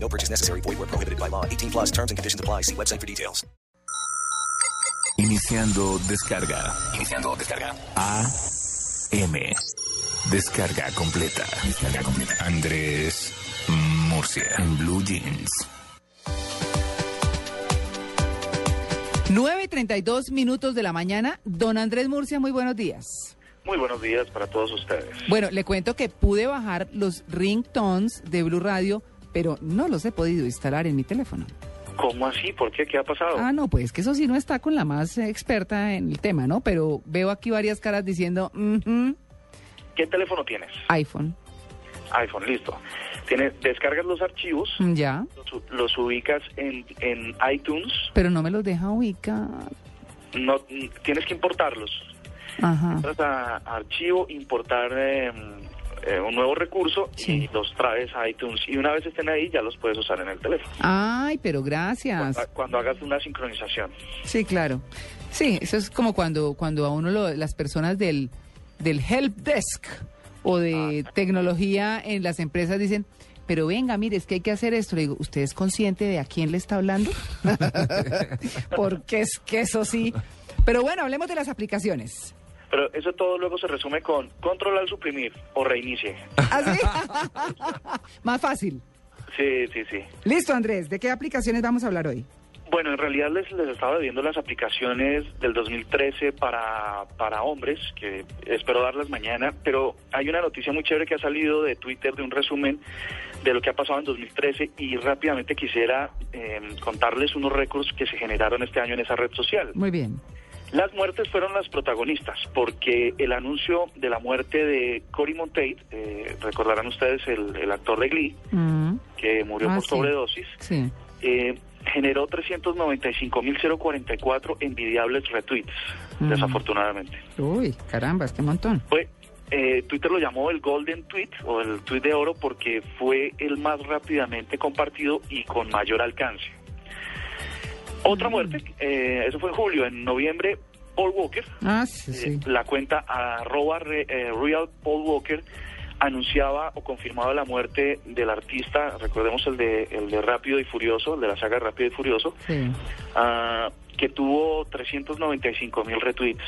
No purchase necessary. Void where prohibited by law. 18 plus terms and conditions apply. See website for details. Iniciando descarga. Iniciando descarga. A. M. Descarga completa. Descarga completa. Andrés Murcia. En Blue Jeans. 9 y 32 minutos de la mañana. Don Andrés Murcia, muy buenos días. Muy buenos días para todos ustedes. Bueno, le cuento que pude bajar los ringtones de Blue Radio, pero no los he podido instalar en mi teléfono. ¿Cómo así? ¿Por qué? ¿Qué ha pasado? Ah, no, pues que eso sí no está con la más experta en el tema, ¿no? Pero veo aquí varias caras diciendo "Ujú, ¿Qué teléfono tienes? iPhone. iPhone, listo. Tienes, descargas los archivos, Mm, Ya, los, los ubicas en, en iTunes, pero no me los deja ubicar. no tienes que importarlos. Ajá. Entras a, a archivo, importar eh, eh, un nuevo recurso Sí. y los traes a iTunes. Y una vez estén ahí, ya los puedes usar en el teléfono. Ay, pero gracias. Cuando, cuando hagas una sincronización. Sí, claro. Sí, eso es como cuando, cuando a uno lo- las personas del, del help desk o de tecnología en las empresas dicen, pero venga, mire, es que hay que hacer esto. Le digo, ¿usted es consciente de a quién le está hablando? Porque es que eso sí. Pero bueno, hablemos de las aplicaciones. Pero eso todo luego se resume con control al suprimir o reinicie. ¿Así? Más fácil. Sí, sí, sí. Listo, Andrés, ¿de qué aplicaciones vamos a hablar hoy? Bueno, en realidad les, les estaba viendo las aplicaciones del 2013 para, para hombres, que espero darlas mañana, pero hay una noticia muy chévere que ha salido de Twitter de un resumen de lo que ha pasado en 2013 y rápidamente quisiera eh, contarles unos récords que se generaron este año en esa red social. Muy bien. Las muertes fueron las protagonistas, porque el anuncio de la muerte de Cory Monteith, eh, recordarán ustedes el, el actor de Glee, Mm, que murió Ah, por sí. sobredosis, sí. eh, generó 395.044 envidiables retweets, Mm. desafortunadamente. Uy, caramba, este montón. Fue, eh, Twitter lo llamó el Golden Tweet o el Tweet de Oro porque fue el más rápidamente compartido y con mayor alcance. Mm. Otra muerte, eh, eso fue en julio, en noviembre, Paul Walker, Ah, sí, sí. eh, la cuenta arroba re- eh, real Paul Walker anunciaba o confirmaba la muerte del artista, recordemos el de, el de Rápido y Furioso, el de la saga Rápido y Furioso, sí. ah, que tuvo 395 mil retweets.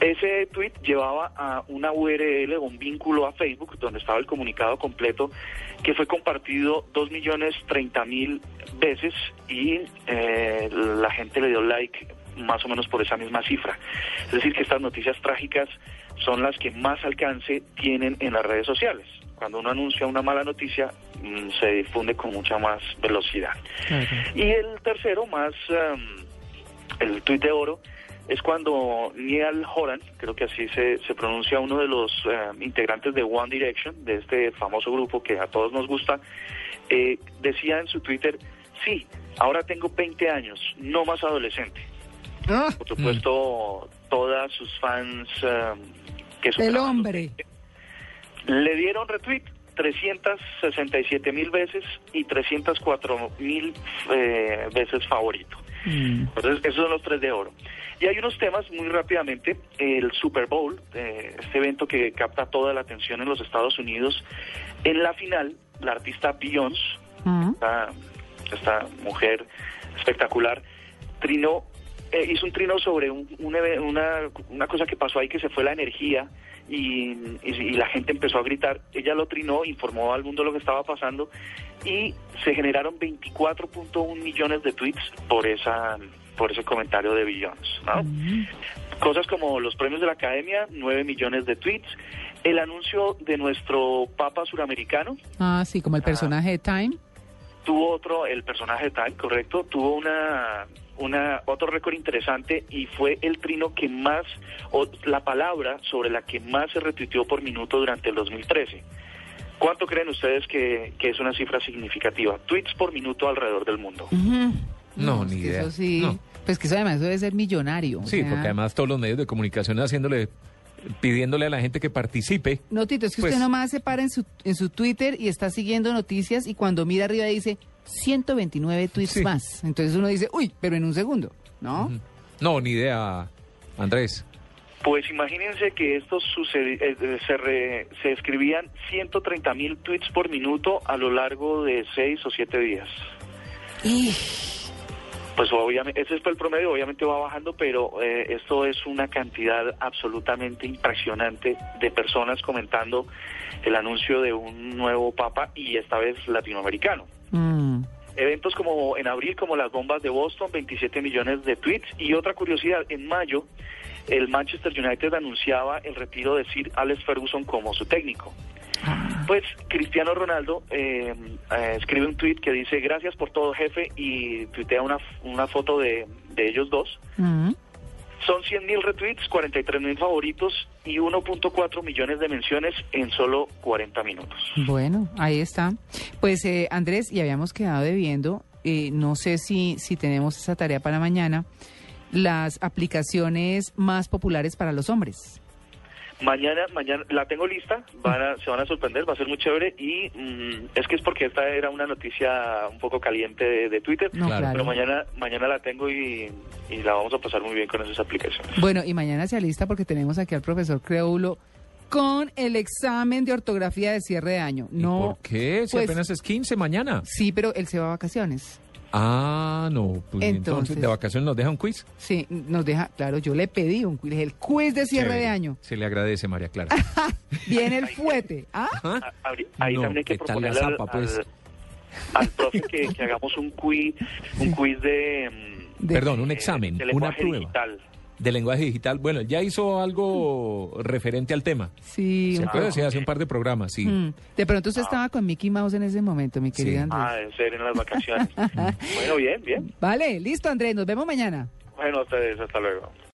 Ese tweet llevaba a una URL o un vínculo a Facebook donde estaba el comunicado completo que fue compartido 2 millones 30 mil veces y eh, la gente le dio like más o menos por esa misma cifra. Es decir, que estas noticias trágicas son las que más alcance tienen en las redes sociales. Cuando uno anuncia una mala noticia, mm, se difunde con mucha más velocidad. claro. Y el tercero, más em, el tuit de oro, es cuando Neal Horan, creo que así se, se pronuncia uno de los em, integrantes de One Direction, de este famoso grupo que a todos nos gusta, eh, decía en su Twitter, sí, ahora tengo 20 años, no más adolescente. Ah, Por supuesto, todas sus fans em, que el superaban los hombre. le dieron retweet 367 mil veces y 304 mil eh, veces favorito. Mm. Entonces, esos son los tres de oro. Y hay unos temas muy rápidamente. El Super Bowl, eh, este evento que capta toda la atención en los Estados Unidos. En la final, la artista Beyoncé Ah, esta, esta mujer espectacular, trinó, eh, hizo un trino sobre un- un eve- una, una cosa que pasó ahí que se fue la energía y, y- y la gente empezó a gritar. Ella lo trinó, informó al mundo lo que estaba pasando y se generaron 24.1 millones de tweets por esa por ese comentario de Billions, ¿no? Mm. Cosas como los premios de la Academia, 9 millones de tweets, el anuncio de nuestro Papa suramericano, Ah, sí, como el personaje de Time. tuvo otro, el personaje tal, correcto, tuvo una, una otro récord interesante y fue el trino que más, o la palabra sobre la que más se retuiteó por minuto durante el 2013. ¿Cuánto creen ustedes que, que es una cifra significativa? Tweets por minuto alrededor del mundo. No, ni es que idea. Eso sí. No. Pues que eso además debe ser millonario. o Sí, sea, porque además todos los medios de comunicación haciéndole, pidiéndole a la gente que participe. No, Tito, es que Pues- usted nomás se para en su, en su Twitter y está siguiendo noticias y cuando mira arriba dice 129 tweets Sí. más. Entonces uno dice, uy, pero en un segundo, ¿no? No, ni idea, Andrés. Pues imagínense que esto sucedi- eh, eh, se, re- se escribían 130 mil tweets por minuto a lo largo de 6 o 7 días. Y Pues obviamente, ese fue el promedio, obviamente va bajando, pero eh, esto es una cantidad absolutamente impresionante de personas comentando el anuncio de un nuevo papa y esta vez latinoamericano. Mm. Eventos como en abril, como las bombas de Boston, 27 millones de tweets. Y otra curiosidad, en mayo, el Manchester United anunciaba el retiro de Sir Alex Ferguson como su técnico. Pues Cristiano Ronaldo eh, eh, escribe un tweet que dice gracias por todo jefe y tuitea una, una foto de, de ellos dos. Mm. Son 100 mil retweets, 43 mil favoritos y 1.4 millones de menciones en solo 40 minutos. Bueno, ahí está. Pues eh, Andrés, y habíamos quedado debiendo, eh, no sé si, si tenemos esa tarea para mañana, las aplicaciones más populares para los hombres. Mañana, mañana, la tengo lista, van a- se van a sorprender, va a ser muy chévere y mm, es que es porque esta era una noticia un poco caliente de, de Twitter, No, Claro. claro. pero mañana, mañana la tengo y, y la vamos a pasar muy bien con esas aplicaciones. Bueno, y mañana se alista porque tenemos aquí al profesor Creulo con el examen de ortografía de cierre de año. ¿Y No, ¿Por qué? Si pues- apenas es 15 mañana. Sí, pero él se va a vacaciones. Ah, no. Pues, entonces, Entonces. de vacaciones nos deja un quiz. Sí, nos deja, claro, yo le pedí un quiz, el quiz de cierre de Chévere. año. Se le agradece, María Clara. Viene el fuete. ¿Ah? Ajá. A- abri- Ahí No, también hay que ¿qué tal la proponerle al, zapa, pues? al- al profe que, que hagamos un quiz, un quiz de... mm, De- Perdón, un eh, examen, de una lenguaje prueba digital. de lenguaje digital. Bueno, ya hizo algo referente al tema. Sí, ¿Se un acuerda? Sí, hace un par de programas, sí. Ah. Mm, De pronto usted estaba con Mickey Mouse en ese momento, mi querido Sí. Ah, Andrés. debe ser en las vacaciones. bueno, bien, bien. Vale, listo Andrés, nos vemos mañana. Bueno, hasta, hasta luego.